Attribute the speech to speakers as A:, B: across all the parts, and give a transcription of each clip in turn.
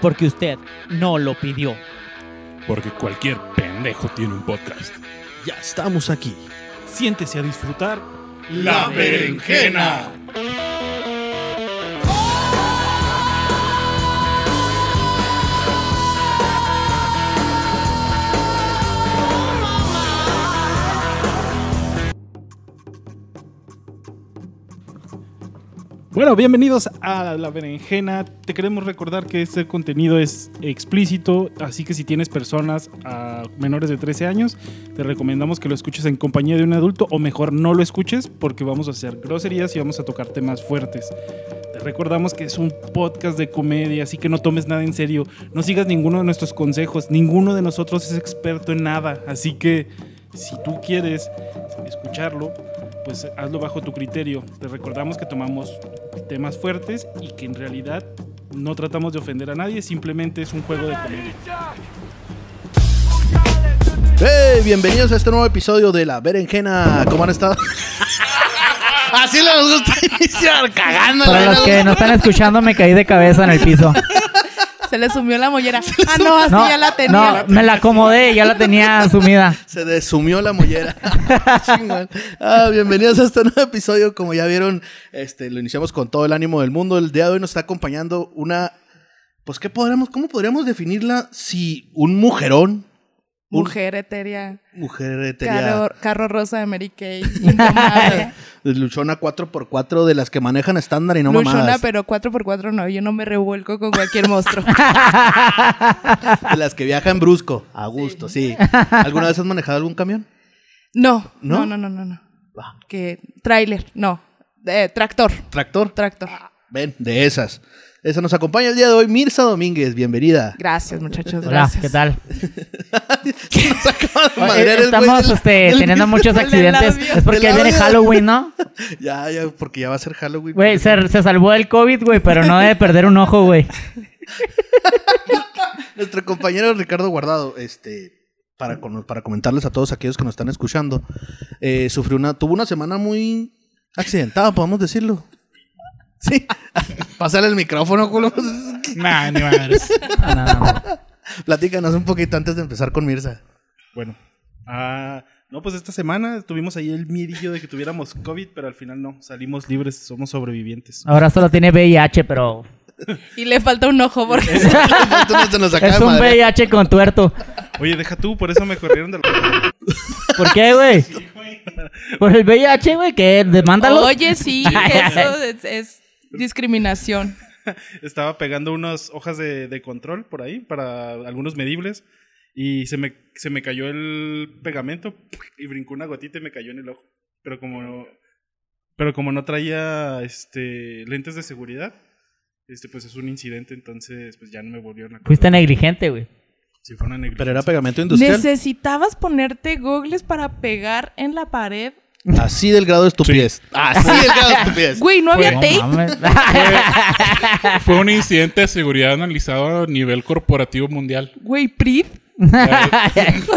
A: porque usted no lo pidió.
B: Porque cualquier pendejo tiene un podcast.
C: Ya estamos aquí.
D: Siéntese a disfrutar
E: La berenjena.
D: Bueno, bienvenidos a La Berenjena. Te queremos recordar que este contenido es explícito, así que si tienes personas ah, menores de 13 años, te recomendamos que lo escuches en compañía de un adulto o mejor no lo escuches porque vamos a hacer groserías y vamos a tocar temas fuertes. Te recordamos que es un podcast de comedia, así que no tomes nada en serio, no sigas ninguno de nuestros consejos, ninguno de nosotros es experto en nada, así que si tú quieres escucharlo, pues hazlo bajo tu criterio. Te recordamos que tomamos temas fuertes y que en realidad no tratamos de ofender a nadie, simplemente es un juego de comedia.
C: ¡Hey! Bienvenidos a este nuevo episodio de La Berenjena. ¿Cómo han estado? Así les gusta iniciar, cagando.
A: Para los que no están escuchando, me caí de cabeza en el piso.
F: Se le sumió la mollera. Ah, no, así
A: No,
F: ya la tenía.
A: no me la acomodé, ya la tenía sumida.
C: Se desumió la mollera. Chingón. ah, bienvenidos a este nuevo episodio. Como ya vieron, este, lo iniciamos con todo el ánimo del mundo. El día de hoy nos está acompañando una. Pues, ¿qué podríamos, ¿cómo podríamos definirla si un mujerón? Un
F: Mujer etérea.
C: mujer
F: Carro, carro rosa de Mary Kay. Indomable.
C: Luchona 4x4 de las que manejan estándar y no
F: Luchona,
C: mamadas.
F: pero 4x4 no. Yo no me revuelco con cualquier monstruo.
C: De las que viajan brusco, a gusto, sí. ¿Alguna vez has manejado algún camión?
F: No.
C: ¿No?
F: No, no, no, no. no.
C: Ah.
F: Que tráiler, no. Eh, tractor.
C: ¿Tractor?
F: Tractor.
C: Ven, de esas. Esa nos acompaña el día de hoy Mirza Domínguez, bienvenida.
F: Gracias, muchachos.
A: Hola,
F: gracias.
A: ¿qué tal?
C: Nos acaba de
A: Eh,
C: madrear el güey
A: Estamos
C: del-
A: este,
C: del-
A: teniendo muchos
F: del
A: accidentes.
F: labio.
A: Es porque
C: Del
A: viene
C: labio.
A: Halloween, ¿no?
C: Ya, ya, porque ya va a ser Halloween.
A: Güey, se, se salvó del COVID, güey, pero no debe perder un ojo, güey.
C: Nuestro compañero Ricardo Guardado, este, para, con- para comentarles a todos aquellos que nos están escuchando, eh, sufrió una, tuvo una semana muy accidentada, podemos decirlo. Sí. Pásale el micrófono, culo.
B: Nah, ni madres.
A: No, no, no.
C: Platícanos un poquito antes de empezar con Mirza.
D: Bueno, ah, no, pues esta semana tuvimos ahí el miedillo de que tuviéramos COVID, pero al final no, salimos libres, somos sobrevivientes.
A: Ahora solo tiene VIH, pero.
F: Y le falta un ojo porque
C: Tú no te nos acabas
A: Es
C: de
A: un
C: madrear.
A: VIH con tuerto.
D: Oye, deja tú, por eso me corrieron de la...
A: ¿Por qué, güey? Por el VIH, güey, que demándalo.
F: Oye, sí, eso es, es discriminación.
D: Estaba pegando unas hojas de, de control por ahí para algunos medibles y se me, se me cayó el pegamento y brincó una gotita y me cayó en el ojo. Pero como no, pero como no traía este, lentes de seguridad, este pues es un incidente, entonces pues ya no me volvieron a
A: Fuiste negligente, güey.
D: Si fue una negligencia.
C: Pero era pegamento industrial.
F: ¿Necesitabas ponerte gogles para pegar en la pared?
C: Así del grado de estupidez. Así del grado de estupidez.
F: Güey, no había
A: No
F: tape.
A: mames.
B: Fue un incidente de seguridad analizado a nivel corporativo mundial.
F: Güey, Prid. O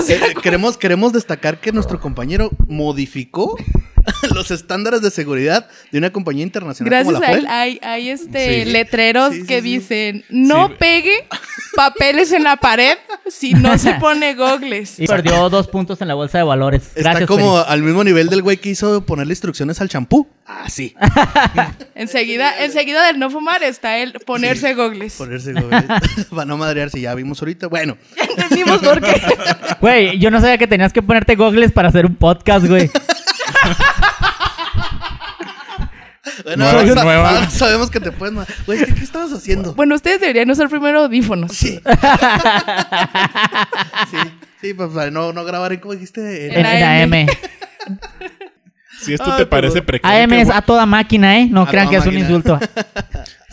F: sea,
C: Eh, queremos, queremos destacar que nuestro compañero modificó los estándares de seguridad de una compañía internacional
F: Gracias
C: como la
F: a él
C: Joel.
F: hay, hay este
B: Sí.
F: letreros
C: Sí, sí,
F: que
C: sí.
F: dicen no
B: Sí.
F: pegue papeles en la pared si no se pone gogles.
A: Y perdió dos puntos en la bolsa de valores.
C: Está
A: Gracias,
C: como
A: Peri.
C: al mismo nivel del güey que hizo ponerle instrucciones al champú.
F: Ah,
C: Así.
F: Enseguida, enseguida del no fumar está el ponerse gogles.
C: Ponerse güey. Para no madrear si ya vimos ahorita. Bueno,
F: Entendimos por qué.
A: Güey, yo no sabía que tenías que ponerte gogles para hacer un podcast, güey.
C: bueno,
B: Nueva-
C: ahora sa-
B: nueva.
C: ahora sabemos que te puedes. ma- Güey, ¿qué, qué estabas haciendo?
F: Bueno, ustedes deberían usar primero audífonos.
C: Sí. sí. Sí, pues para no, no grabar en, ¿cómo dijiste? En-
F: Eh.
A: En, en AM.
F: AM.
B: Si esto
C: Ay,
B: te
C: perdón.
B: parece precario,
A: AM
B: qué
A: es
B: bu-
A: a toda máquina, ¿eh? No
C: A
A: crean
C: toda
A: que es un
C: máquina.
A: insulto.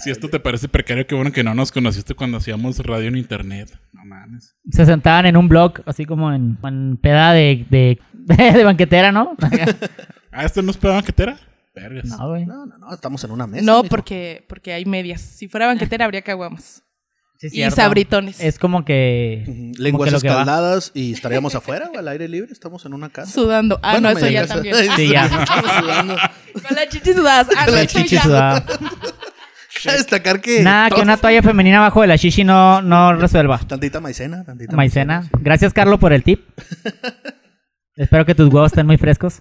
B: si esto te parece precario, qué bueno que no nos conociste cuando hacíamos radio en internet. No mames.
A: Se sentaban en un blog, así como en, en peda de, de, de banquetera, ¿no?
B: Ah, ¿esto no es peda banquetera? Vergas.
A: No, güey.
C: No, no, no, estamos en una mesa.
F: No,
C: mijo.
F: porque, porque hay medias. Si fuera banquetera habría caguamas.
A: Sí,
F: Y
A: cierto.
F: sabritones.
A: Es como que.
C: Ujú,
A: como
C: Lenguas
A: que lo que va.
C: escaldadas y estaríamos afuera o al aire libre. Estamos en una casa.
F: Sudando. Ah,
C: Bueno,
F: no, eso
C: medio
F: ya
C: casa.
F: también.
A: Sí, ya.
C: Estamos sudando.
F: Con las chichis sudadas. Ah,
C: Con
F: no,
C: las
F: eso
C: chichis
F: ya.
A: Sudaba.
C: a destacar que.
A: Nada que
C: todos-
A: una toalla femenina abajo de la shishi no, no resuelva.
C: Tantita maicena, tantita
A: Maicena. Gracias, Carlos, por el tip. Espero que tus huevos estén muy frescos.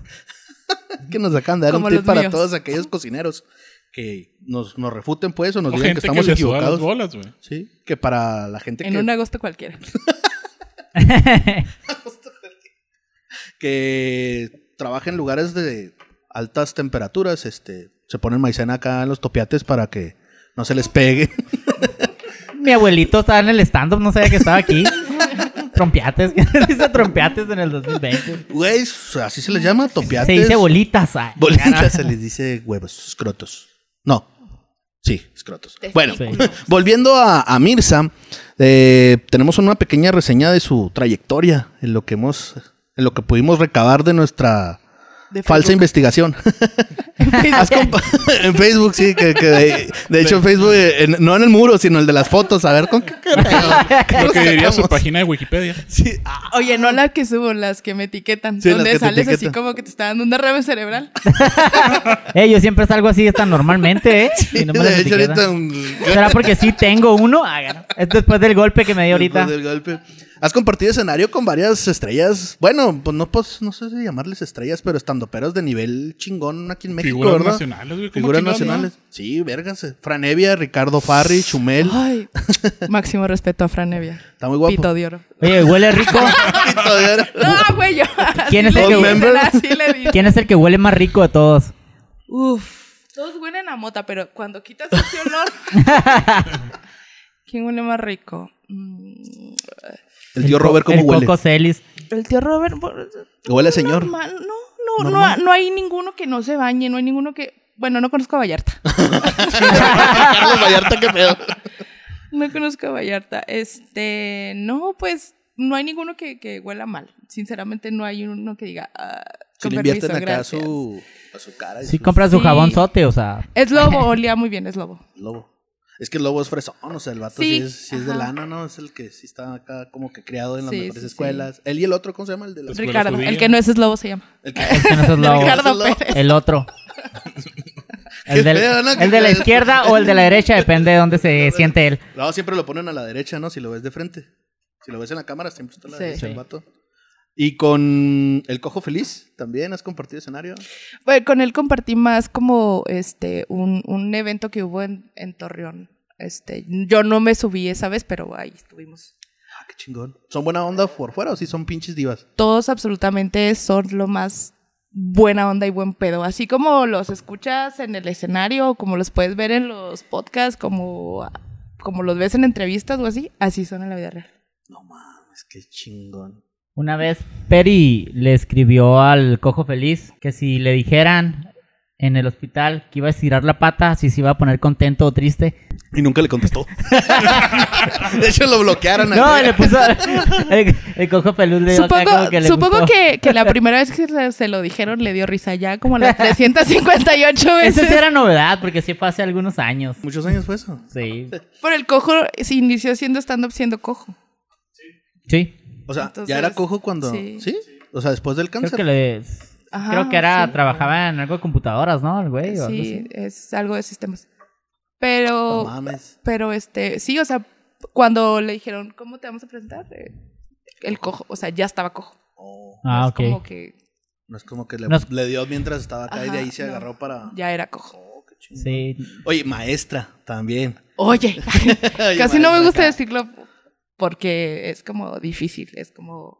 C: que nos acaban de dar
F: Como
C: un tip
F: los
C: para
F: míos.
C: todos aquellos cocineros que nos, nos refuten, pues, o nos
B: O
C: digan
B: gente
C: que
B: que,
C: estamos
B: le suda las
C: equivocados.
B: bolas, güey.
C: Sí, que para la gente
F: En
C: que,
F: un agosto cualquiera.
C: que trabaja en lugares de altas temperaturas, este, se ponen maicena acá en los topiates para que no se les pegue.
A: Mi abuelito estaba en el stand-up, no sabía que estaba aquí. trompeates. Dice trompeates en el 2020.
C: Güey, así se les llama, topiates.
A: Se dice bolitas. ay.
C: Bolitas se les dice huevos, escrotos. No. Sí, escrotos. Bueno,
A: Sí.
C: volviendo a, a Mirza, eh, tenemos una pequeña reseña de su trayectoria, en lo que hemos, en lo que pudimos recabar de nuestra
F: De
C: falsa
F: Facebook.
C: investigación. Haz compa- en Facebook, sí, que, que de, de hecho Facebook, eh, en- no en el muro, sino el de las fotos, a ver con qué...
B: Lo que diría su
C: sacamos?
B: página de Wikipedia.
C: Sí, ah,
F: Oye, no las que subo, las que me etiquetan.
C: Sí, las que
F: donde
C: te
F: sales así
C: etiquetan.
F: como que te está dando un derrame cerebral.
A: Eh, yo siempre salgo así tan normalmente, ¿eh? Y no me
C: de
A: las
C: hecho,
A: etiquetan.
C: ahorita un-
A: ¿Será porque sí tengo uno? Ah, gana. es después del golpe que me dio ahorita.
C: Después del golpe. Has compartido escenario con varias estrellas. Bueno, pues no, pues, no sé si llamarles estrellas, pero estandoperos de nivel chingón aquí en México,
B: Figuras
C: ¿verdad?
B: nacionales, güey. ¿cómo
C: Figuras
B: chingados, no?
C: nacionales. Sí, vergas. Franevia, Ricardo
F: Ah,
C: Farri, Chumel.
F: Ay, máximo respeto a Franevia.
C: Está muy guapo.
F: Pito de oro.
A: Oye, huele rico.
C: Pito de oro.
F: No, güey, yo. así
A: ¿Quién es
F: le
A: el que
F: di,
C: remember?
F: será, así le di.
A: ¿Quién es el que huele más rico de todos?
F: Uf, todos huelen a mota, pero cuando quitas ese olor. ¿Quién huele más rico? Mm,
C: El tío Robert, ¿cómo
A: el
C: huele?
A: Coco Celis.
F: El tío Robert.
C: Huele a señor.
F: normal, No, no, no, no hay ninguno que no se bañe, no hay ninguno que. Bueno, no conozco a Vallarta.
C: Carlos Vallarta, qué pedo.
F: No conozco a Vallarta. Este, no, pues no hay ninguno que, que huela mal. Sinceramente, no hay uno que diga. ah,
C: Si
F: con
C: le
F: permiso,
C: invierten acá a
F: gracias.
C: su, a su cara. y
A: Sí,
C: su
A: compra su
F: Sí.
A: jabón sote, o sea.
F: Es lobo, olía muy bien, es lobo.
C: lobo. Es que el lobo es fresón, o sea, el vato sí,
F: Sí,
C: es, sí es de
F: ajá.
C: lana, ¿no? Es el que sí está acá como que criado en las
F: Sí,
C: mejores
F: sí, sí.
C: escuelas. Él y el otro, ¿cómo se llama? El de la...
B: Escuela
F: Ricardo,
B: judía.
F: el que no es es lobo se llama.
C: El que-
A: que no es lobo.
F: Ricardo
C: lobo.
F: Pérez.
A: El otro.
C: Qué
A: El del-
C: feo, ¿no?
A: el de la izquierda o el de la derecha, depende de dónde se siente él.
C: No, siempre lo ponen a la derecha, ¿no? Si lo ves de frente. Si lo ves en la cámara, siempre está a la
F: Sí.
C: derecha el
A: Sí.
C: vato. Y con El Cojo Feliz, ¿también has compartido escenario?
F: Bueno, Pues, con él compartí más como este un, un evento que hubo en, en Torreón. Este, yo no me subí esa vez, pero ahí estuvimos.
C: Ah, qué chingón. ¿Son buena onda por fuera o sí son pinches divas?
F: Todos absolutamente son lo más buena onda y buen pedo. Así como los escuchas en el escenario, como los puedes ver en los podcasts, como, como los ves en entrevistas o así, así son en la vida real.
C: No mames, qué chingón.
A: Una vez Peri le escribió al cojo feliz que si le dijeran en el hospital que iba a estirar la pata, si se iba a poner contento o triste.
C: Y nunca le contestó. de hecho, lo bloquearon. al
A: No,
C: día.
A: le puso el, el cojo feliz le dio acá
F: Supongo,
A: como que le
F: supongo
A: gustó.
F: que, que la primera vez que se, se lo dijeron le dio risa ya como las 358 veces.
A: Esa sí era novedad, porque sí fue hace algunos años.
C: Muchos años fue eso.
A: Sí.
F: Por el cojo se inició siendo stand-up siendo cojo.
A: Sí.
C: O sea,
F: Entonces,
C: ya era cojo cuando. Sí.
F: sí.
C: O sea, después del
A: Creo
C: cáncer.
A: que les.
F: Ajá,
A: creo que era.
F: Ah, sí.
A: Trabajaba en algo de computadoras, ¿no? El güey. o algo
F: Sí,
A: así.
F: es algo de sistemas.
C: No
F: Pero,
C: mames.
F: pero este, sí, o sea, cuando le dijeron, ¿cómo te vamos a presentar? Eh, El cojo, o sea, ya estaba cojo.
C: Oh,
A: Ah,
F: Es
A: ok.
F: Como que
C: no es como que le,
A: Nos-
C: le dio mientras estaba acá y de ahí se
F: Ajá, no.
C: agarró para.
F: ya era cojo.
C: Oh, qué chingón.
A: Sí.
C: Oye, maestra también.
F: Oye,
C: Oye,
F: casi no me
C: maestra
F: gusta
C: acá.
F: decirlo porque es como difícil, es como,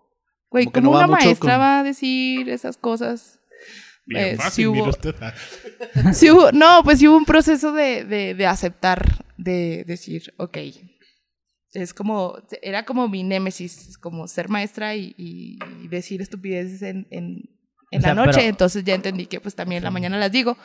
F: güey,
C: Como que
F: como
C: no va
F: una
C: mucho
F: maestra
C: con-
F: va a decir esas cosas?
B: Bien
F: Eh,
B: fácil,
F: sí
B: mire
F: hubo-
B: usted. Ah,
F: Sí hubo- no, pues sí hubo un proceso de, de- de aceptar, de decir, ok. Es como, era como mi némesis, es como ser maestra y, y- y decir estupideces en, en- en
A: O sea,
F: la noche.
A: pero-
F: Entonces ya entendí que pues también en la mañana las digo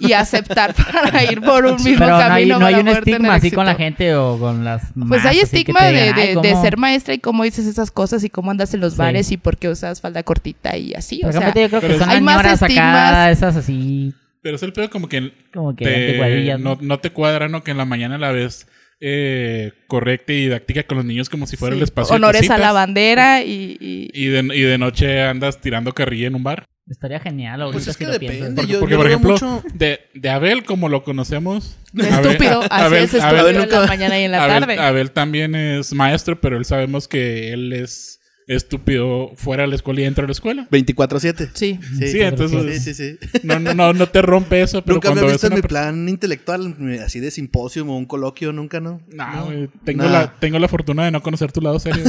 F: y aceptar para ir por un mismo
A: Pero no hay,
F: camino.
A: no hay
F: para
A: un
F: poder tener
A: estigma así con la
F: éxito.
A: gente o con las.
F: Pues
A: mamás,
F: hay
A: así que
F: estigma
A: te
F: de,
A: digan, "Ay,
F: de- de
A: ¿cómo?".
F: ser maestra y cómo dices esas cosas y cómo andas en los
A: Sí.
F: bares y por qué usas falda cortita y así.
A: Por
F: O sea,
A: ejemplo, yo creo
B: pero
A: que son
F: hay más
A: añoras acá,
F: estigmas.
A: esas así.
B: Pero es el pedo como que
A: Como que
B: te,
A: anticuadillas,
B: no,
A: ¿no?
B: no te cuadra, ¿no? Que en la mañana la ves eh, correcta y didáctica con los niños como si fuera
F: sí,
B: el espacio. de
F: honores a
B: cositas.
F: la bandera y- y,
B: Y de, y de noche andas tirando carrilla en un bar.
A: Estaría genial ahorita
C: Pues es
A: si
C: que
A: lo piensas.
C: depende.
A: Porque-
C: Yo-
B: Porque,
C: yo
B: por
C: veo
B: ejemplo,
C: mucho-
B: de, de Abel, como lo conocemos.
F: De
B: Abel-
F: estúpido, así
B: Abel-
F: es estúpido
B: Abel-
F: en la mañana y en la
B: Abel-
F: tarde.
B: Abel también es maestro, pero él sabemos que él es estúpido fuera de la escuela y dentro de la escuela.
C: 24-7.
F: Sí.
B: Sí,
C: sí,
B: entonces
C: sí, sí.
B: no, no, no, no te rompe eso, pero
C: Nunca había
B: cuando
C: visto
B: ves
C: en
B: una
C: mi
B: per-
C: plan intelectual, me- así de simposio o un coloquio, nunca, ¿no?
B: No, güey, tengo,
C: Nah.
B: la, tengo la fortuna de no conocer tu lado serio.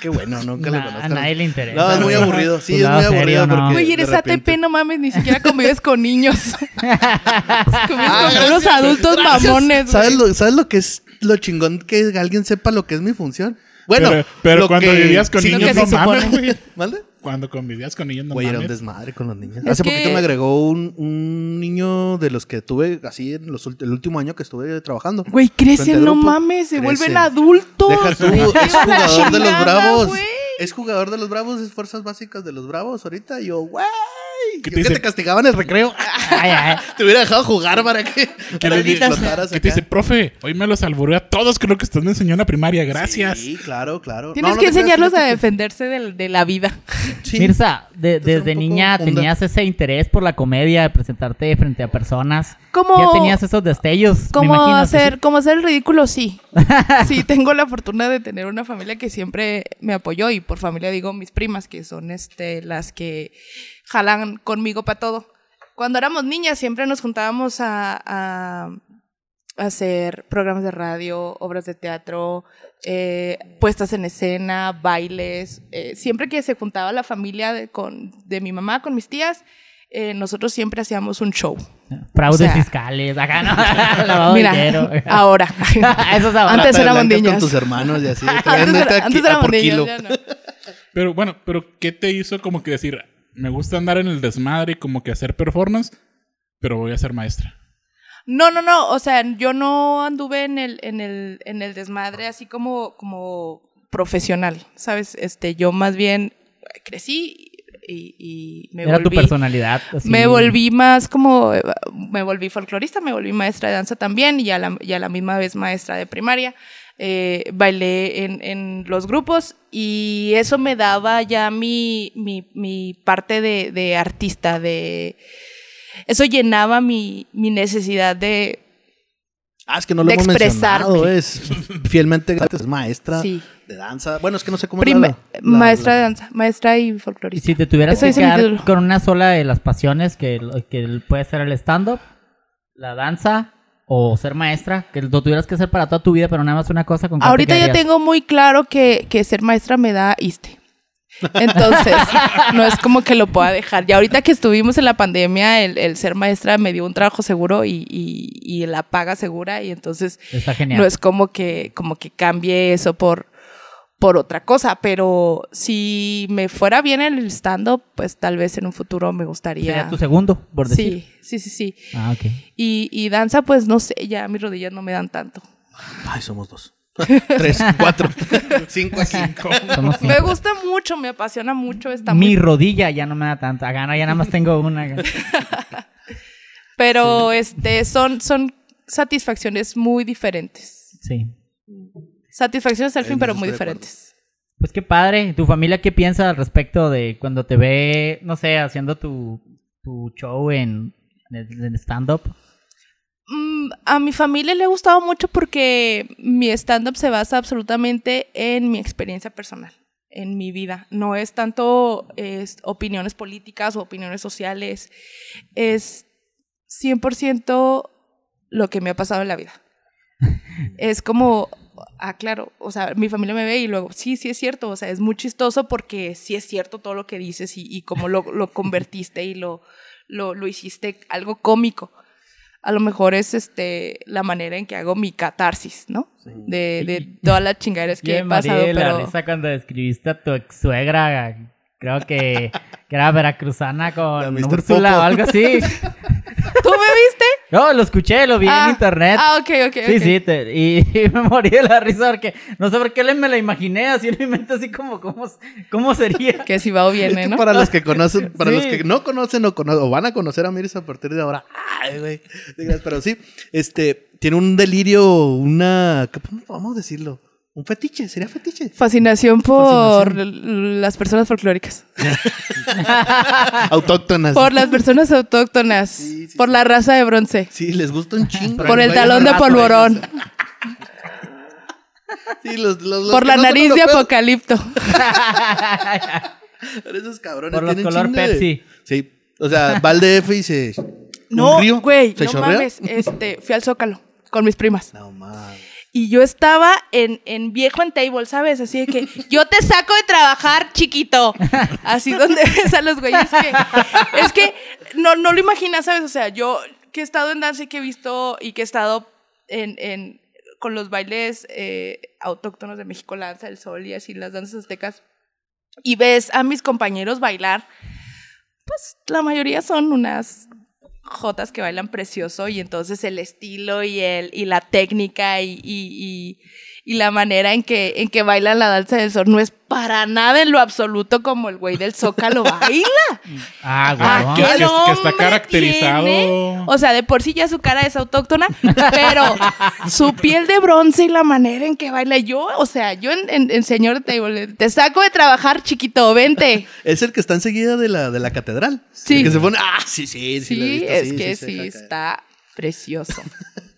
C: Qué bueno, nunca
A: Nah,
C: lo conozco.
A: a nadie le interesa.
C: No, es muy
A: güey.
C: aburrido. Sí,
A: Tu
C: es
A: lado
C: muy
A: serio,
C: aburrido
A: no.
C: porque-
F: Oye,
C: de
F: eres
C: repente-
F: ATP, no mames, ni siquiera convives con niños. convives con
C: Ah, gracias,
F: unos adultos mamones.
C: ¿Sabes
F: güey.
C: lo, ¿Sabes lo que es lo chingón que alguien sepa lo que es mi función? Bueno,
B: pero pero
C: lo
B: cuando
C: que-
B: vivías con
C: sí, lo
B: niños,
C: que
B: no
C: se supone.
B: mames, güey.
C: ¿Mande?
B: Cuando convivías con niños, no
C: Güey, era un
B: mames.
C: desmadre con los niños.
F: Es
C: Hace poquito
F: que-
C: me agregó un, un niño de los que tuve así en los, ult- el último año que estuve trabajando.
F: Güey,
C: Frente
F: crecen,
C: al
F: no
C: grupo.
F: mames, se
C: Crecen.
F: vuelven adultos.
C: Deja tú,
F: Se llevan
C: es
F: la
C: jugador de los
F: chingada,
C: Bravos.
F: güey.
C: Es jugador de los Bravos, es fuerzas básicas de los Bravos ahorita. Y yo, güey.
B: ¿Qué
C: ¿Qué
B: te
C: te,
B: dice?
C: te castigaban el recreo?
A: Ay, ay.
C: te hubiera dejado jugar para que
B: ¿Qué
C: para
B: le
C: que
B: dices?
C: explotaras
B: Que te
C: acá.
B: dice, profe, hoy me los alburé a todos con lo que usted me enseñó en la primaria, gracias.
C: Sí, claro, claro.
F: Tienes
C: No, no
F: que
C: te creas,
F: enseñarlos a
C: fíjate que-
F: defenderse del- de la vida.
C: Sí.
A: Mirza, de-
C: Entonces,
A: desde
C: un poco
A: niña
C: onda.
A: tenías ese interés por la comedia, de presentarte frente a personas.
F: Como-
A: Ya tenías esos destellos. me
F: Como
A: imagino,
F: hacer, como hacer el ridículo, sí. Sí, tengo la fortuna de tener una familia que siempre me apoyó y por familia digo mis primas, que son este, las que jalan conmigo para todo. Cuando éramos niñas siempre nos juntábamos a, a hacer programas de radio, obras de teatro, eh, puestas en escena, bailes. eh, siempre que se juntaba la familia de, con, de mi mamá con mis tías, eh, nosotros siempre hacíamos un show.
A: Fraudes
F: o sea-
A: fiscales, acá no. Lavado de
F: Mira,
A: dinero.
F: ahora.
A: Eso es ahora.
F: Antes
C: Trata de blancas
F: éramos niñas.
C: Ah, con tus hermanos y así.
F: Antes,
C: Antes,
F: era- antes éramos
C: por
F: niños,
C: kilo.
F: ya no.
B: Pero bueno, pero ¿qué te hizo como que decir, me gusta andar en el desmadre y como que hacer performance, pero voy a ser maestra?
F: No, no, no, o sea, yo no anduve en el, en el, en el desmadre así como, como profesional, ¿sabes? Este, yo más bien crecí y, y me
A: Era tu
F: volví...
A: personalidad. así.
F: Me volví más como, eh, me volví folclorista, me volví maestra de danza también y a la, y a la misma vez maestra de primaria. Eh, bailé en, en los grupos y eso me daba ya mi, mi, mi parte de, de artista, de... Eso llenaba mi, mi necesidad de...
C: Ah, es que no lo
F: De
C: hemos
F: expresarme.
C: mencionado. Es fielmente es maestra
F: Sí.
C: de danza. Bueno, es que no sé cómo es
F: Prima-
C: la- la-
F: maestra
C: la-
F: de danza, maestra y
A: Y
F: folclorista.
A: si te tuvieras
F: Eso
A: que
F: dice mi
A: quedar
F: título.
A: con una sola de las pasiones que, que puede ser el stand-up, la danza o ser maestra, que lo tuvieras que hacer para toda tu vida, pero nada más una cosa con cuál te
F: Ahorita ya
A: quedarías.
F: tengo muy claro que, que ser maestra me da iste. Entonces, no es como que lo pueda dejar. Ya ahorita que estuvimos en la pandemia, el, el ser maestra me dio un trabajo seguro y, y- y la paga segura. Y entonces
A: Está genial.
F: no es como que, como que cambie eso por, por otra cosa. Pero si me fuera bien el stand-up, pues tal vez en un futuro me
A: Sería
F: gustaría.
A: tu segundo, por decir.
F: Sí, sí, sí, sí.
A: Ah, ok.
F: Y, y danza, pues no sé, ya mis rodillas no me dan tanto.
C: Ay, somos dos. Tres, cuatro, cinco aquí.
A: Somos
F: Me
A: cinco.
F: gusta mucho, me apasiona mucho esta
A: Mi
F: música.
A: rodilla ya no me da tanta gana, ya nada más tengo una.
F: Pero este, son, son satisfacciones muy diferentes.
A: Sí.
F: Satisfacciones al
C: En
F: fin, pero
C: eso
F: muy
C: estoy de
F: diferentes.
A: Pues qué padre. ¿Tu familia qué piensa al respecto de cuando te ve, no sé, haciendo tu, tu show en, en el- en stand-up?
F: Mm, a mi familia le ha gustado mucho porque mi stand-up se basa absolutamente en mi experiencia personal, en mi vida. No es tanto es, opiniones políticas o opiniones sociales. Es 100% lo que me ha pasado en la vida. es como, ah, claro, o sea, mi familia me ve y luego, sí, sí es cierto, o sea, es muy chistoso porque sí es cierto todo lo que dices y, y cómo lo, lo convertiste y lo, lo, lo hiciste algo cómico. A lo mejor es este, la manera en que hago mi catarsis, ¿no? De, de todas las chingaderas que
A: Yo
F: he
A: me
F: pasado,
A: morí de la
F: pero...
A: risa cuando describiste a tu ex suegra, creo que, que era veracruzana
C: La
A: con
C: Mr.
A: Úrsula
C: Popo.
A: o algo así.
F: ¿Tú me viste?
A: No, lo escuché, lo vi
F: Ah,
A: en internet.
F: Ah, ok, ok.
A: Sí,
F: ok.
A: sí, te- y, y me morí de la risa porque no sé por qué le- me la imaginé así en mi mente, así como, ¿cómo, cómo sería?
F: Que si va o
C: Es
F: viene,
C: que
F: ¿no?
C: para los que conocen, para
A: Sí.
C: los que no conocen o, cono- o van a conocer a Mirza a partir de ahora. Ay, güey. Digas, Pero sí, este, tiene un delirio, una, ¿qué podemos- vamos a decirlo? Un fetiche, sería fetiche.
F: Fascinación por l- las personas folclóricas.
C: Autóctonas.
F: Ah, Por las personas autóctonas.
C: Sí, sí,
F: por la raza de bronce.
C: Sí, les gusta un chingo.
F: Por el
C: Vayan
F: talón de
C: rato,
F: polvorón.
C: Sí, los- los- los
F: Por
C: que
F: la
C: no son
F: nariz de
C: europeos,
F: apocalipto.
C: Esos cabrones
A: Por los
C: tienen
A: color
C: chingo de-
A: Pepsi.
C: Sí. O sea, va al DF y se.
F: No,
C: ¿Un río?
F: güey,
C: ¿Se
F: no
C: chorrea?
F: mames. Este, fui al Zócalo con mis primas.
C: No mames.
F: Y yo estaba en, en viejo en table, ¿sabes? Así de que yo te saco de trabajar, chiquito. Así donde ves a los güeyes que. Es que no, no lo imaginas, ¿sabes? O sea, yo que he estado en danza y que he visto y que he estado en, en- con los bailes eh, autóctonos de México, la danza del sol y así, las danzas aztecas. Y ves a mis compañeros bailar. Pues la mayoría son unas jotas que bailan precioso y entonces el estilo y, el, y la técnica y, y- y- y la manera en que, en que bailan la danza del sol no es para nada en lo absoluto como el güey del Zócalo baila.
A: Ah, güey.
F: Ah,
B: que,
F: ¿qué
B: que- que
F: nombre
B: está caracterizado.
F: tiene? O sea, de por sí ya su cara es autóctona, pero su piel de bronce y la manera en que baila yo, o sea, yo en, en- en señor Table, te saco de trabajar chiquito, vente.
C: Es el que está enseguida de la, de la catedral.
F: Sí.
C: El que se pone. Ah, sí, sí, sí.
F: Sí,
C: lo he visto,
F: es que sí,
C: sí, acá.
F: está precioso.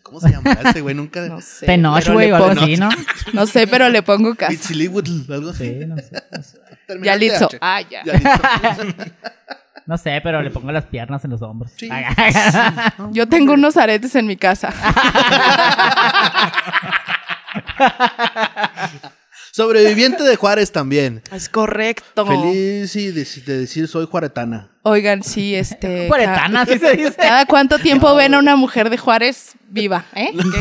C: ¿Cómo se llama ese güey? Nunca.
F: No sé.
A: Tenoch,
F: pero
A: güey,
F: le
A: o algo
F: pongo-
A: así, ¿no?
F: No sé, pero le pongo casa.
C: Pitziliwitl, algo así.
A: Sí, no sé.
F: Ya
C: Terminante
F: listo.
C: H.
F: Ah, ya.
C: Yalitza.
A: No sé, pero le pongo las piernas en los hombros.
C: Sí.
F: Yo tengo unos aretes en mi casa.
C: Sobreviviente de Juárez también.
F: Es correcto.
C: Feliz y de, de decir soy juaretana.
F: Oigan, sí, este.
A: Puretana, así se dice.
F: Cada cuánto tiempo ven a una mujer de Juárez viva, ¿eh? ¿Qué?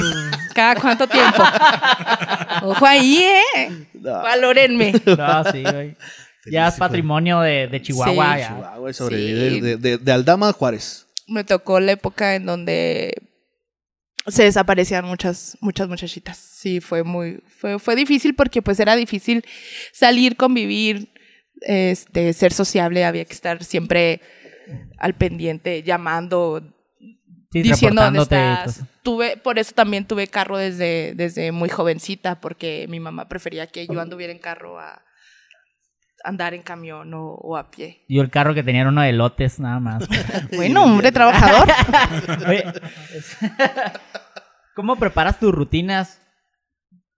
F: Cada cuánto tiempo. Ojo ahí, ¿eh?
C: No.
F: Valórenme.
A: No, sí, güey. Ya es
C: hijo.
A: patrimonio de, de Chihuahua.
F: Sí,
A: ya.
C: Chihuahua, sobrevive
F: Sí.
C: de, de- de Aldama a Juárez.
F: Me tocó la época en donde se desaparecían muchas, muchas muchachitas. Sí, fue muy, fue, fue difícil porque pues era difícil salir, convivir, este, ser sociable, había que estar siempre al pendiente, llamando,
A: Sí,
F: diciendo dónde
A: reportándote y pues,
F: estás.
A: todo.
F: Tuve, por eso también tuve carro desde, desde muy jovencita, porque mi mamá prefería que yo anduviera en carro a andar en camión o, o a pie.
A: Yo el carro que tenía era uno de lotes, nada más.
F: Bueno, hombre trabajador.
A: Oye, ¿cómo preparas tus rutinas?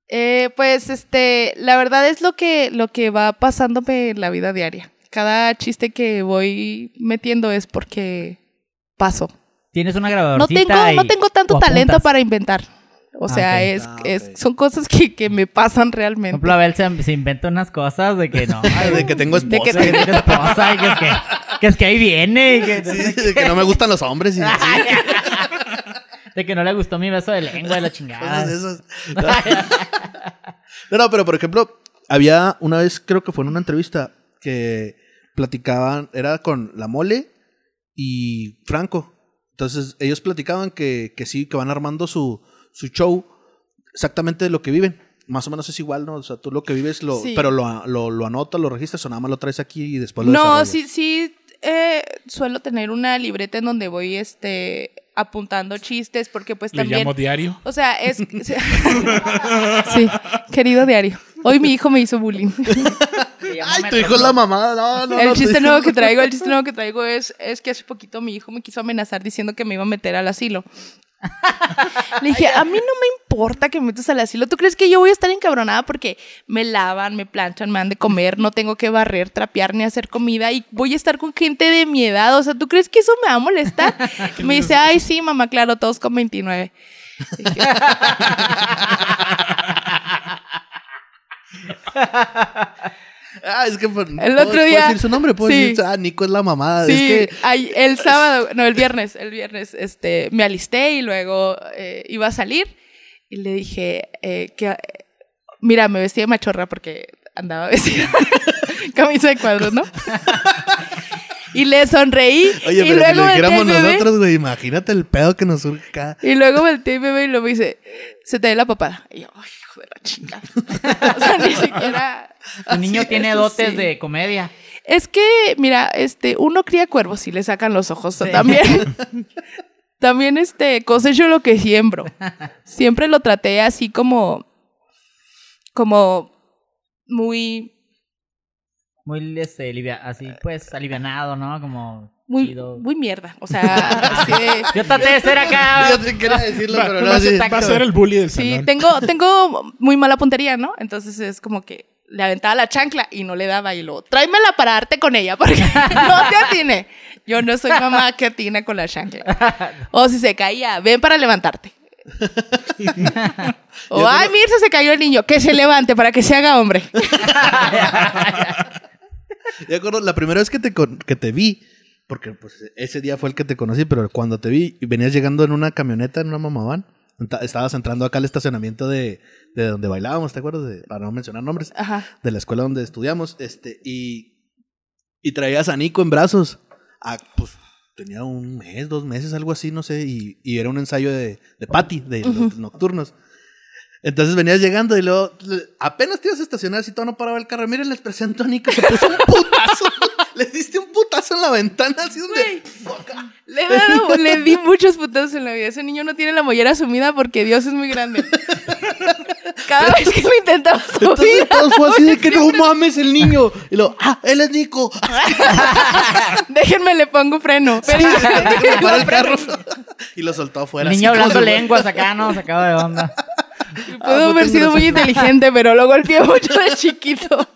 F: Eh, pues este, la verdad es lo que, lo que va pasándome en la vida diaria. Cada chiste que voy metiendo es porque paso.
A: ¿Tienes una
F: No
A: grabadorcita?
F: tengo, no
A: y-
F: tengo
A: o
F: tanto
A: apuntas?
F: talento para inventar. O
A: Ah,
F: sea,
A: ok.
F: es,
C: Ah,
F: es-
C: ok.
F: son cosas que, que me pasan
A: Por
F: realmente.
A: ejemplo, Abel se, se inventa unas cosas de que no. ay,
C: De que tengo esposa.
F: De que-
A: que tiene esposa y que es que, que, es que ahí viene. y que-
C: Sí, de que no me gustan los hombres y sí,
A: De que no le gustó mi beso de lengua de la chingada.
C: cosas de esas. No, no, pero por ejemplo, había una vez, creo que fue en una entrevista, que platicaban, era con la mole y Franco. Entonces, ellos platicaban que, que sí, que van armando su, su show exactamente de lo que viven. Más o menos es igual, ¿no? O sea, tú lo que vives, lo,
F: Sí.
C: pero lo, lo, lo anotas, lo registras o nada más lo traes aquí y después lo
F: No,
C: desarrollas.
F: sí, sí, eh, suelo tener una libreta en donde voy este, apuntando chistes, porque pues
B: Le
F: también...
B: llamo diario.
F: O sea, es... sí, querido diario. Hoy mi hijo me hizo bullying.
C: Ay, tu hijo es la mamada. No, no, no,
F: El
C: tu
F: chiste
C: hijo-
F: nuevo que traigo, el chiste nuevo que traigo es, es que hace poquito mi hijo me quiso amenazar diciendo que me iba a meter al asilo. Le dije, a mí no me importa que me metas al asilo. ¿Tú crees que yo voy a estar encabronada porque me lavan, me planchan, me dan de comer, no tengo que barrer, trapear ni hacer comida y voy a estar con gente de mi edad? O sea, ¿tú crees que eso me va a molestar? Me dice, ay, sí, mamá, claro, todos con 29. Dije,
C: Ah, es que pues,
F: El
C: no,
F: otro
C: puedo
F: día-
C: decir su nombre, puedo
F: sí.
C: decir, ah, Nico es la mamada.
F: Sí,
C: Es que
F: ay- el sábado, no, el viernes, el viernes, este, me alisté y luego eh, iba a salir y le dije eh, que, eh, mira, me vestí de machorra porque andaba vestida, camisa de cuadros, ¿no? y le sonreí
C: Oye,
F: y
C: pero si
F: luego
C: lo
F: volteé
C: dijéramos
F: al bebé,
C: nosotros, güey, imagínate el pedo que nos surge acá.
F: y luego volteé y bebé y luego me dice, se te ve la papada. Y yo, "Ay, hijo de la chingada. o sea, ni siquiera...
A: Tu niño
F: Sí,
A: tiene
F: eso
A: dotes
F: sí.
A: de comedia.
F: Es que, mira, este, uno cría cuervos y le sacan los ojos. o También, también este, cosecho lo que siembro. Siempre lo traté así como, como muy
A: Muy este, livia- así pues alivianado, ¿no? Como
F: muy,
A: chido.
F: muy mierda. O sea, así de-
A: Yo traté de ser acá.
C: Yo te quería decirlo, pero no
B: Ah, va, a ser-
C: así.
B: va a ser el bully del
F: sí,
B: salón.
F: tengo, tengo muy mala puntería, ¿no? Entonces es como que le aventaba la chancla y no le daba y luego, tráemela para darte con ella porque no te atine. Yo no soy mamá que atina con la chancla. O si se caía, ven para levantarte. o, ay, Mirza se cayó el niño, que se levante para que se haga hombre.
C: Yo acuerdo, la primera vez que te, con- que te vi, porque pues, ese día fue el que te conocí, pero cuando te vi, venías llegando en una camioneta, en una mamaván. enta- Estabas entrando acá al estacionamiento de, de donde bailábamos, ¿te acuerdas? De- para no mencionar nombres,
F: Ajá.
C: de la escuela donde estudiamos. Este, y, y traías a Nico en brazos. Ah, pues tenía un mes, dos meses, algo así, no sé. Y, y era un ensayo de, de Patty, de los nocturnos. Entonces venías llegando y luego le- apenas te ibas a estacionar si todo no paraba el carro. Miren, les presento a Nico. Se puso un putazo. le diste un putazo en la ventana, así donde.
F: Le, he dado- le di muchos putazos en la vida. Ese niño no tiene la mollera sumida porque Dios es muy grande. Cada vez que lo intentaba subir.
C: Entonces todo fue así de que no mames el niño. Y luego, ah, él es Nico.
F: Déjenme, le pongo freno. Pero-
C: Déjame parar el carro. y lo soltó afuera.
A: El niño
C: así como
A: hablando
C: si fuera-
A: lenguas acá, ¿no? Sacado de onda.
F: pudo
C: Ah,
F: haber
C: pues,
F: sido muy
C: gracias.
F: inteligente, pero lo golpeé mucho de chiquito.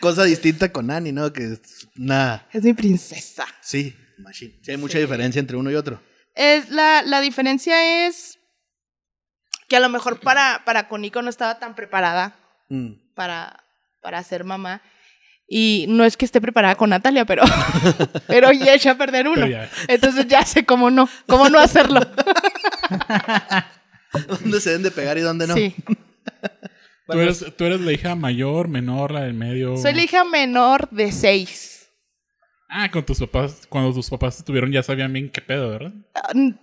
C: Cosa distinta con Annie, ¿no? Que es una.
F: Es mi princesa.
C: Sí, machine. Sí, hay mucha diferencia entre uno y otro.
F: Es la, la diferencia es que a lo mejor para, para con Nico no estaba tan preparada
C: Mm.
F: para, para ser mamá. Y no es que esté preparada con Natalia, pero, pero ya eché a perder
B: Pero
F: uno.
B: ya.
F: Entonces ya sé cómo no, cómo no hacerlo.
C: ¿Dónde se deben de pegar y dónde no?
F: Sí.
B: Tú eres, tú eres la hija mayor, menor, la del medio.
F: Soy la hija menor de seis.
B: Ah, con tus papás, cuando tus papás estuvieron ya sabían bien qué pedo, ¿verdad?
F: Ah, n-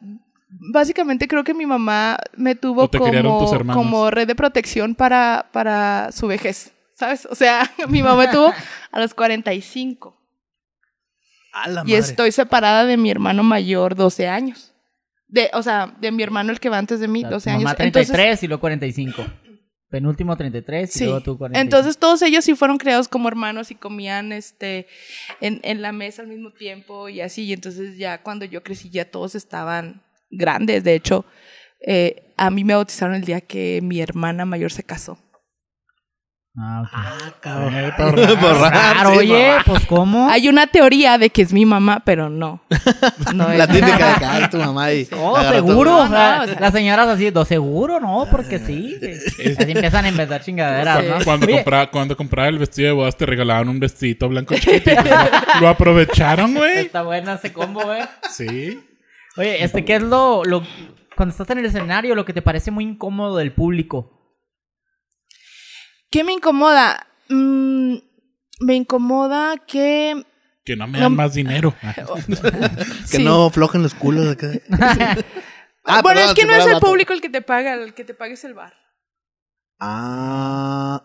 F: Básicamente creo que mi mamá me tuvo
B: O te criaron tus
F: como,
B: hermanos.
F: como red de protección para, para su vejez, ¿sabes? O sea, mi mamá me tuvo a los 45
C: A la
F: y
C: madre.
F: estoy separada de mi hermano mayor 12 años. De, o sea, de mi hermano el que va antes de mí,
A: O sea, tu
F: 12
A: mamá
F: años.
A: 33 y luego 45. Penúltimo 33 y
F: Sí.
A: luego tú 45.
F: Entonces todos ellos sí fueron creados como hermanos y comían este en, en la mesa al mismo tiempo y así. Y entonces ya cuando yo crecí ya todos estaban grandes. De hecho, eh, a mí me bautizaron el día que mi hermana mayor se casó.
A: Ah, ok.
C: Ah, cabrón.
B: Eh, para ahorrar.
A: Claro,
C: sí,
A: oye, pues ¿cómo?
F: Hay una teoría de que es mi mamá, pero no. No es.
C: La típica de cagar tu mamá y.
A: Oh,
C: agarrar tu-
A: seguro.
F: todo.
A: o sea,
F: No, no, o sea-
A: Las señoras así, ¿do seguro? No, porque sí. Así empiezan a inventar chingaderas,
F: Sí.
A: ¿no?
B: Cuando
A: Oye,
B: compraba, cuando compraba el vestido de bodas te regalaban un vestidito blanco chiquito. y pues, lo- lo aprovecharon, güey.
A: Está buena ese combo, eh.
B: Sí.
A: Oye, este, ¿qué es lo, lo. Cuando estás en el escenario, lo que te parece muy incómodo del público?
F: ¿Qué me incomoda? Mm, me incomoda que...
B: Que no me dan
F: No.
B: más dinero. Ah.
C: Que
F: Sí.
C: no flojen los culos acá. Ah,
F: bueno,
C: perdón,
F: es que
C: si
F: no
C: fuera
F: es el
C: vato.
F: público el que te paga, el que te paga es el bar.
C: Ah.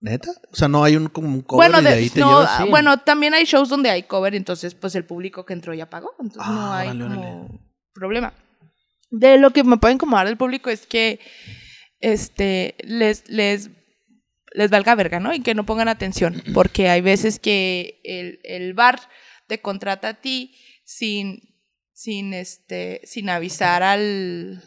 C: ¿Neta? O sea, no hay un como un cover
F: Bueno,
C: y
F: de-
C: de ahí te
F: no,
C: llevas.
F: ah, bueno, también hay shows donde hay cover, entonces pues el público que entró ya pagó, entonces
C: Ah,
F: no hay
C: órale,
F: como
C: órale.
F: problema. De lo que me puede incomodar del público es que este les les les valga verga, ¿no? Y que no pongan atención, porque hay veces que el, el bar te contrata a ti sin sin este sin avisar al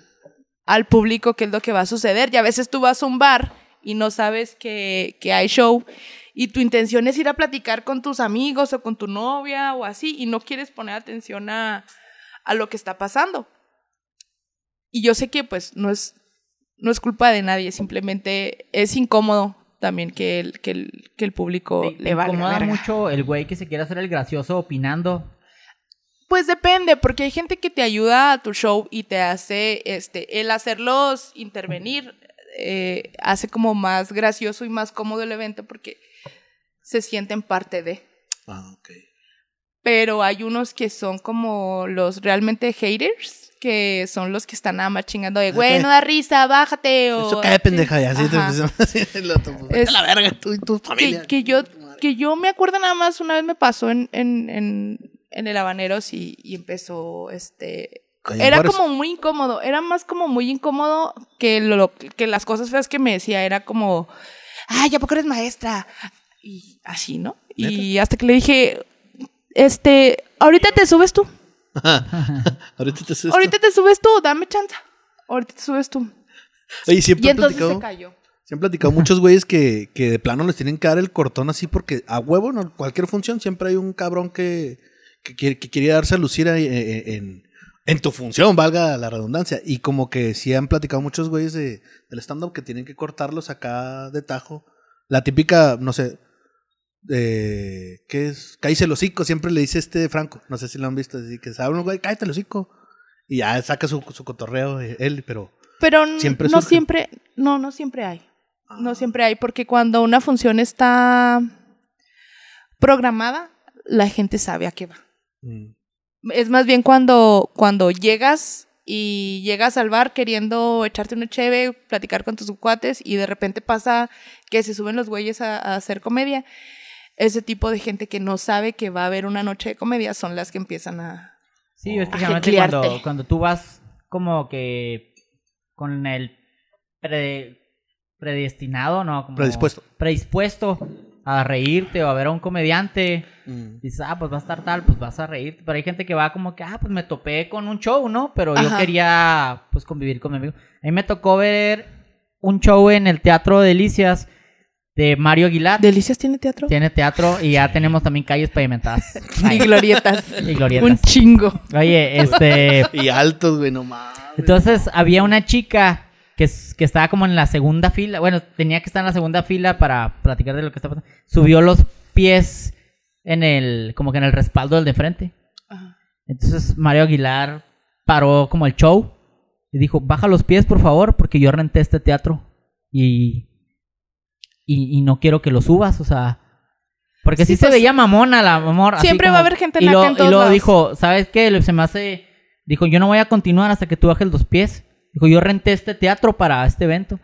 F: al público qué es lo que va a suceder. Y a veces tú vas a un bar y no sabes que, que hay show y tu intención es ir a platicar con tus amigos o con tu novia o así y no quieres poner atención a, a lo que está pasando. Y yo sé que pues no es, no es culpa de nadie, simplemente es incómodo también que el, que el, que el público
A: ¿Te
F: le valga
A: incomoda
F: verga.
A: mucho el güey que se quiere hacer el gracioso opinando?
F: Pues depende, porque hay gente que te ayuda a tu show y te hace, este, el hacerlos intervenir eh, hace como más gracioso y más cómodo el evento porque se sienten parte de.
C: Ah, ok.
F: Pero hay unos que son como los realmente haters, que son los que están nada más chingando de, güey,
C: Ok.
F: no da risa, bájate. O
C: Eso cae pendeja y así te
F: Oh, Ajá. Eh,
C: empiezan así. lo- tu- vete
F: Es-
C: a la verga, tú y tu
F: que,
C: familia.
F: que yo,
C: Tu madre.
F: que yo me acuerdo nada más, una vez me pasó en, en, en, en el Habaneros y, y empezó este
C: Ahí en
F: Era
C: Juárez.
F: como muy incómodo, era más como muy incómodo que, lo, que las cosas feas que me decía, era como, ay, ¿a poco eres maestra? Y así, ¿no? Y hasta que le dije, este, ahorita te subes tú,
C: Ahorita te haces esto.
F: ahorita te subes tú, dame chance, ahorita te subes tú.
C: Oye, siempre
F: Y
C: he
F: entonces se
C: platicado-
F: cayó.
C: Se han platicado muchos güeyes que, que de plano les tienen que dar el cortón así porque a huevo, en cualquier función, siempre hay un cabrón que, que, quiere, que quiere darse a lucir ahí, eh, eh, en, en tu función, valga la redundancia. Y como que sí han platicado muchos güeyes de, del stand-up que tienen que cortarlos acá de tajo. La típica, no sé, eh, ¿qué es? Cállese el hocico, siempre le dice este Franco, no sé si lo han visto, así que se habla un güey, cállate el hocico. Y ya saca su, su cotorreo eh, él, pero...
F: Pero n-
C: Siempre
F: no
C: surgen.
F: siempre, no, no siempre hay. No siempre hay, porque cuando una función está programada, la gente sabe a qué va.
C: mm,
F: Es más bien cuando, cuando llegas y llegas al bar queriendo echarte una cheve, platicar con tus cuates y de repente pasa que se suben los güeyes a, a hacer comedia. Ese tipo de gente que no sabe que va a haber una noche de comedia son las que empiezan a...
A: Sí, es que
F: A
A: generalmente
F: jeclearte.
A: cuando, cuando tú vas como que con el pre- predestinado, ¿no? Como
C: Predispuesto.
A: Predispuesto a reírte o a ver a un comediante.
C: mm.
A: Dices, ah, pues va a estar tal, pues vas a reírte. Pero hay gente que va como que, ah, pues me topé con un show, ¿no? Pero yo
F: Ajá.
A: quería, pues, convivir con mi amigo. A mí me tocó ver un show en el Teatro Delicias de Mario Aguilar.
F: ¿Delicias tiene teatro?
A: Tiene teatro y ya tenemos también calles pavimentadas.
F: Y
A: Ahí.
F: glorietas.
A: y
F: Un
A: glorietas.
F: chingo.
A: Oye, este...
C: Y altos, güey, no mames.
A: Entonces había una chica que, s- que estaba como en la segunda fila. Bueno, tenía que estar en la segunda fila para platicar de lo que estaba pasando. Subió los pies en el, como que en el respaldo del de frente.
F: Ajá.
A: Entonces Mario Aguilar paró como el show y dijo, baja los pies por favor porque yo renté este teatro y, y, y no quiero que lo subas, o sea... Porque sí,
F: Sí,
A: se
F: pues,
A: veía mamona la amor. así
F: siempre
A: como-
F: va a haber gente
A: y
F: naca
A: lo,
F: en todos
A: Y luego
F: lados.
A: dijo, ¿sabes qué? Lo- Se me hace... Dijo, yo no voy a continuar hasta que tú bajes los pies. Dijo, yo renté este teatro para este evento.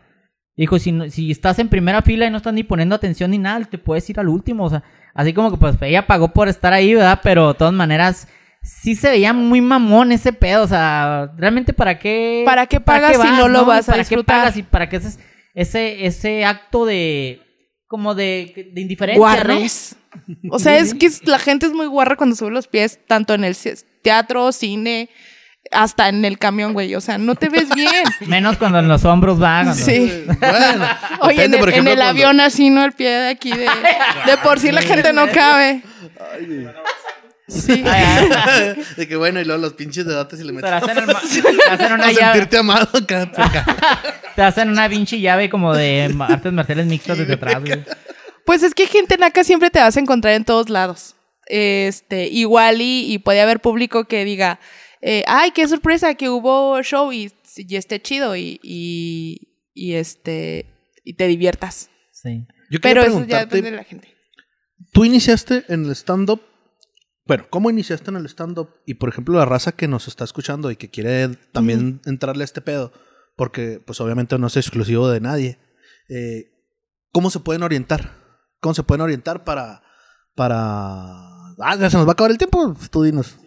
A: Dijo, si, no- si estás en primera fila y no estás ni poniendo atención ni nada, te puedes ir al último. O sea, así como que pues ella pagó por estar ahí, ¿verdad? Pero de todas maneras, sí se veía muy mamón ese pedo. O sea, realmente para qué...
F: ¿Para qué pagas si no lo vas a
A: ¿Para qué
F: disfrutar?
A: pagas y para qué ese, ese, ese acto de... Como de, de indiferencia, ¿no?
F: Guarres. O sea, es que es- la gente es muy guarra cuando sube los pies, tanto en el ci- teatro, cine, hasta en el camión, güey. O sea, no te ves bien.
A: Menos cuando en los hombros va. cuando-
F: Sí.
C: Bueno,
F: Oye, en
C: depende,
F: el,
C: por
F: en
C: ejemplo,
F: el
C: cuando-
F: avión así, ¿no? El pie de aquí, de, de por sí la gente no cabe. Sí.
C: de que bueno, y luego los pinches debates y le metes.
A: Te hacen, el ma- te hacen
C: a
A: una llave,
C: sentirte amado acá, por acá.
A: te hacen una pinche llave como de ma- artes marciales mixtas desde atrás, güey.
F: Pues es que gente naca siempre te vas a encontrar en todos lados. Este, igual y, y puede haber público que diga, eh, ay, qué sorpresa que hubo show y, y esté chido y, y, y este, y te diviertas.
A: Sí.
C: Yo quería
F: Pero eso ya
C: preguntarte,
F: depende de la gente.
C: ¿tú iniciaste en el stand-up? Bueno, ¿cómo iniciaste en el stand-up? Y por ejemplo, la raza que nos está escuchando y que quiere también entrarle a este pedo, porque pues obviamente no es exclusivo de nadie. eh, ¿Cómo se pueden orientar? ¿Cómo se pueden orientar para... para... Ah, ya se nos va a acabar el tiempo, Pues, tú dinos.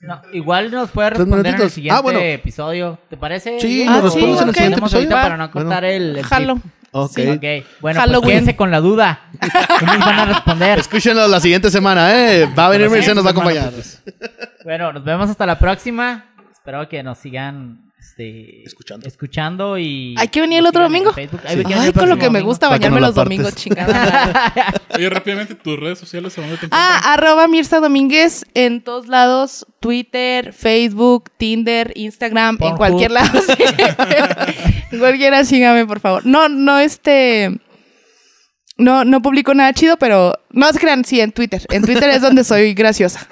A: No, igual nos puede
C: Tres
A: responder en el
C: minutitos.
A: siguiente
C: Ah, bueno.
A: episodio. ¿te parece?
C: Sí,
A: Bien,
F: nos
A: ¿O
F: respondes en el
A: lo
F: siguiente
A: ponemos
C: episodio?
A: ahorita
F: Va.
A: para no cortar el, el
F: Jalo.
A: clip?
C: Ok.
A: Ok. Bueno, pues
F: Halloween.
A: quédense con la duda. ¿Cómo van a responder?
C: Escúchenlo la siguiente semana, ¿eh? Va a venir
A: Pero
C: Mercedes, nos va a
A: siguiente
C: acompañar.
B: pues,
A: Bueno, nos vemos hasta la próxima. Espero que nos sigan este,
C: Escuchando.
A: escuchando y...
F: Hay que venir el otro
A: nos sigan en
F: domingo.
A: Facebook. Hay que venir el
F: Ay, con
A: próximo
F: lo que me
A: domingo.
F: gusta
C: Para que
F: bañarme
C: no la
F: los domingos,
C: partes.
F: chingada.
B: Oye, rápidamente, tus redes sociales, ¿a dónde te encuentran?
F: Ah, arroba Mirza Domínguez en todos lados, Twitter, Facebook, Tinder, Instagram, en
A: Pornhub.
F: cualquier lado. sí. En Cualquiera, sígame, por favor. No, no, este... No, no publico nada chido, pero no se crean, sí, en Twitter. En Twitter es donde soy graciosa.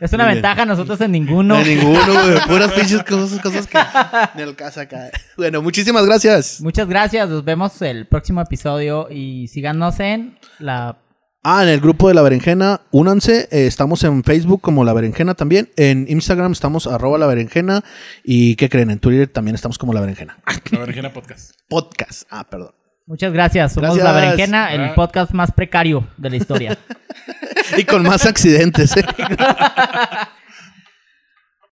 A: Es una
C: Muy bien.
A: ventaja, nosotros en ninguno.
C: No, ninguno, güey. Puras pinches cosas, cosas que me alcanza acá. Bueno, muchísimas gracias.
A: Muchas gracias, nos vemos el próximo episodio y síganos en la...
C: Ah, en el grupo de La Berenjena, únanse. Eh, estamos en Facebook como La Berenjena también. En Instagram estamos arroba La Berenjena. ¿Y qué creen? En Twitter también estamos como La Berenjena. Ah,
B: La Berenjena Podcast.
C: Podcast. Ah, perdón.
A: Muchas gracias, somos
C: Gracias.
A: La Berenjena, el
B: Ah.
A: podcast más precario de la historia.
C: Y con más accidentes. ¿eh?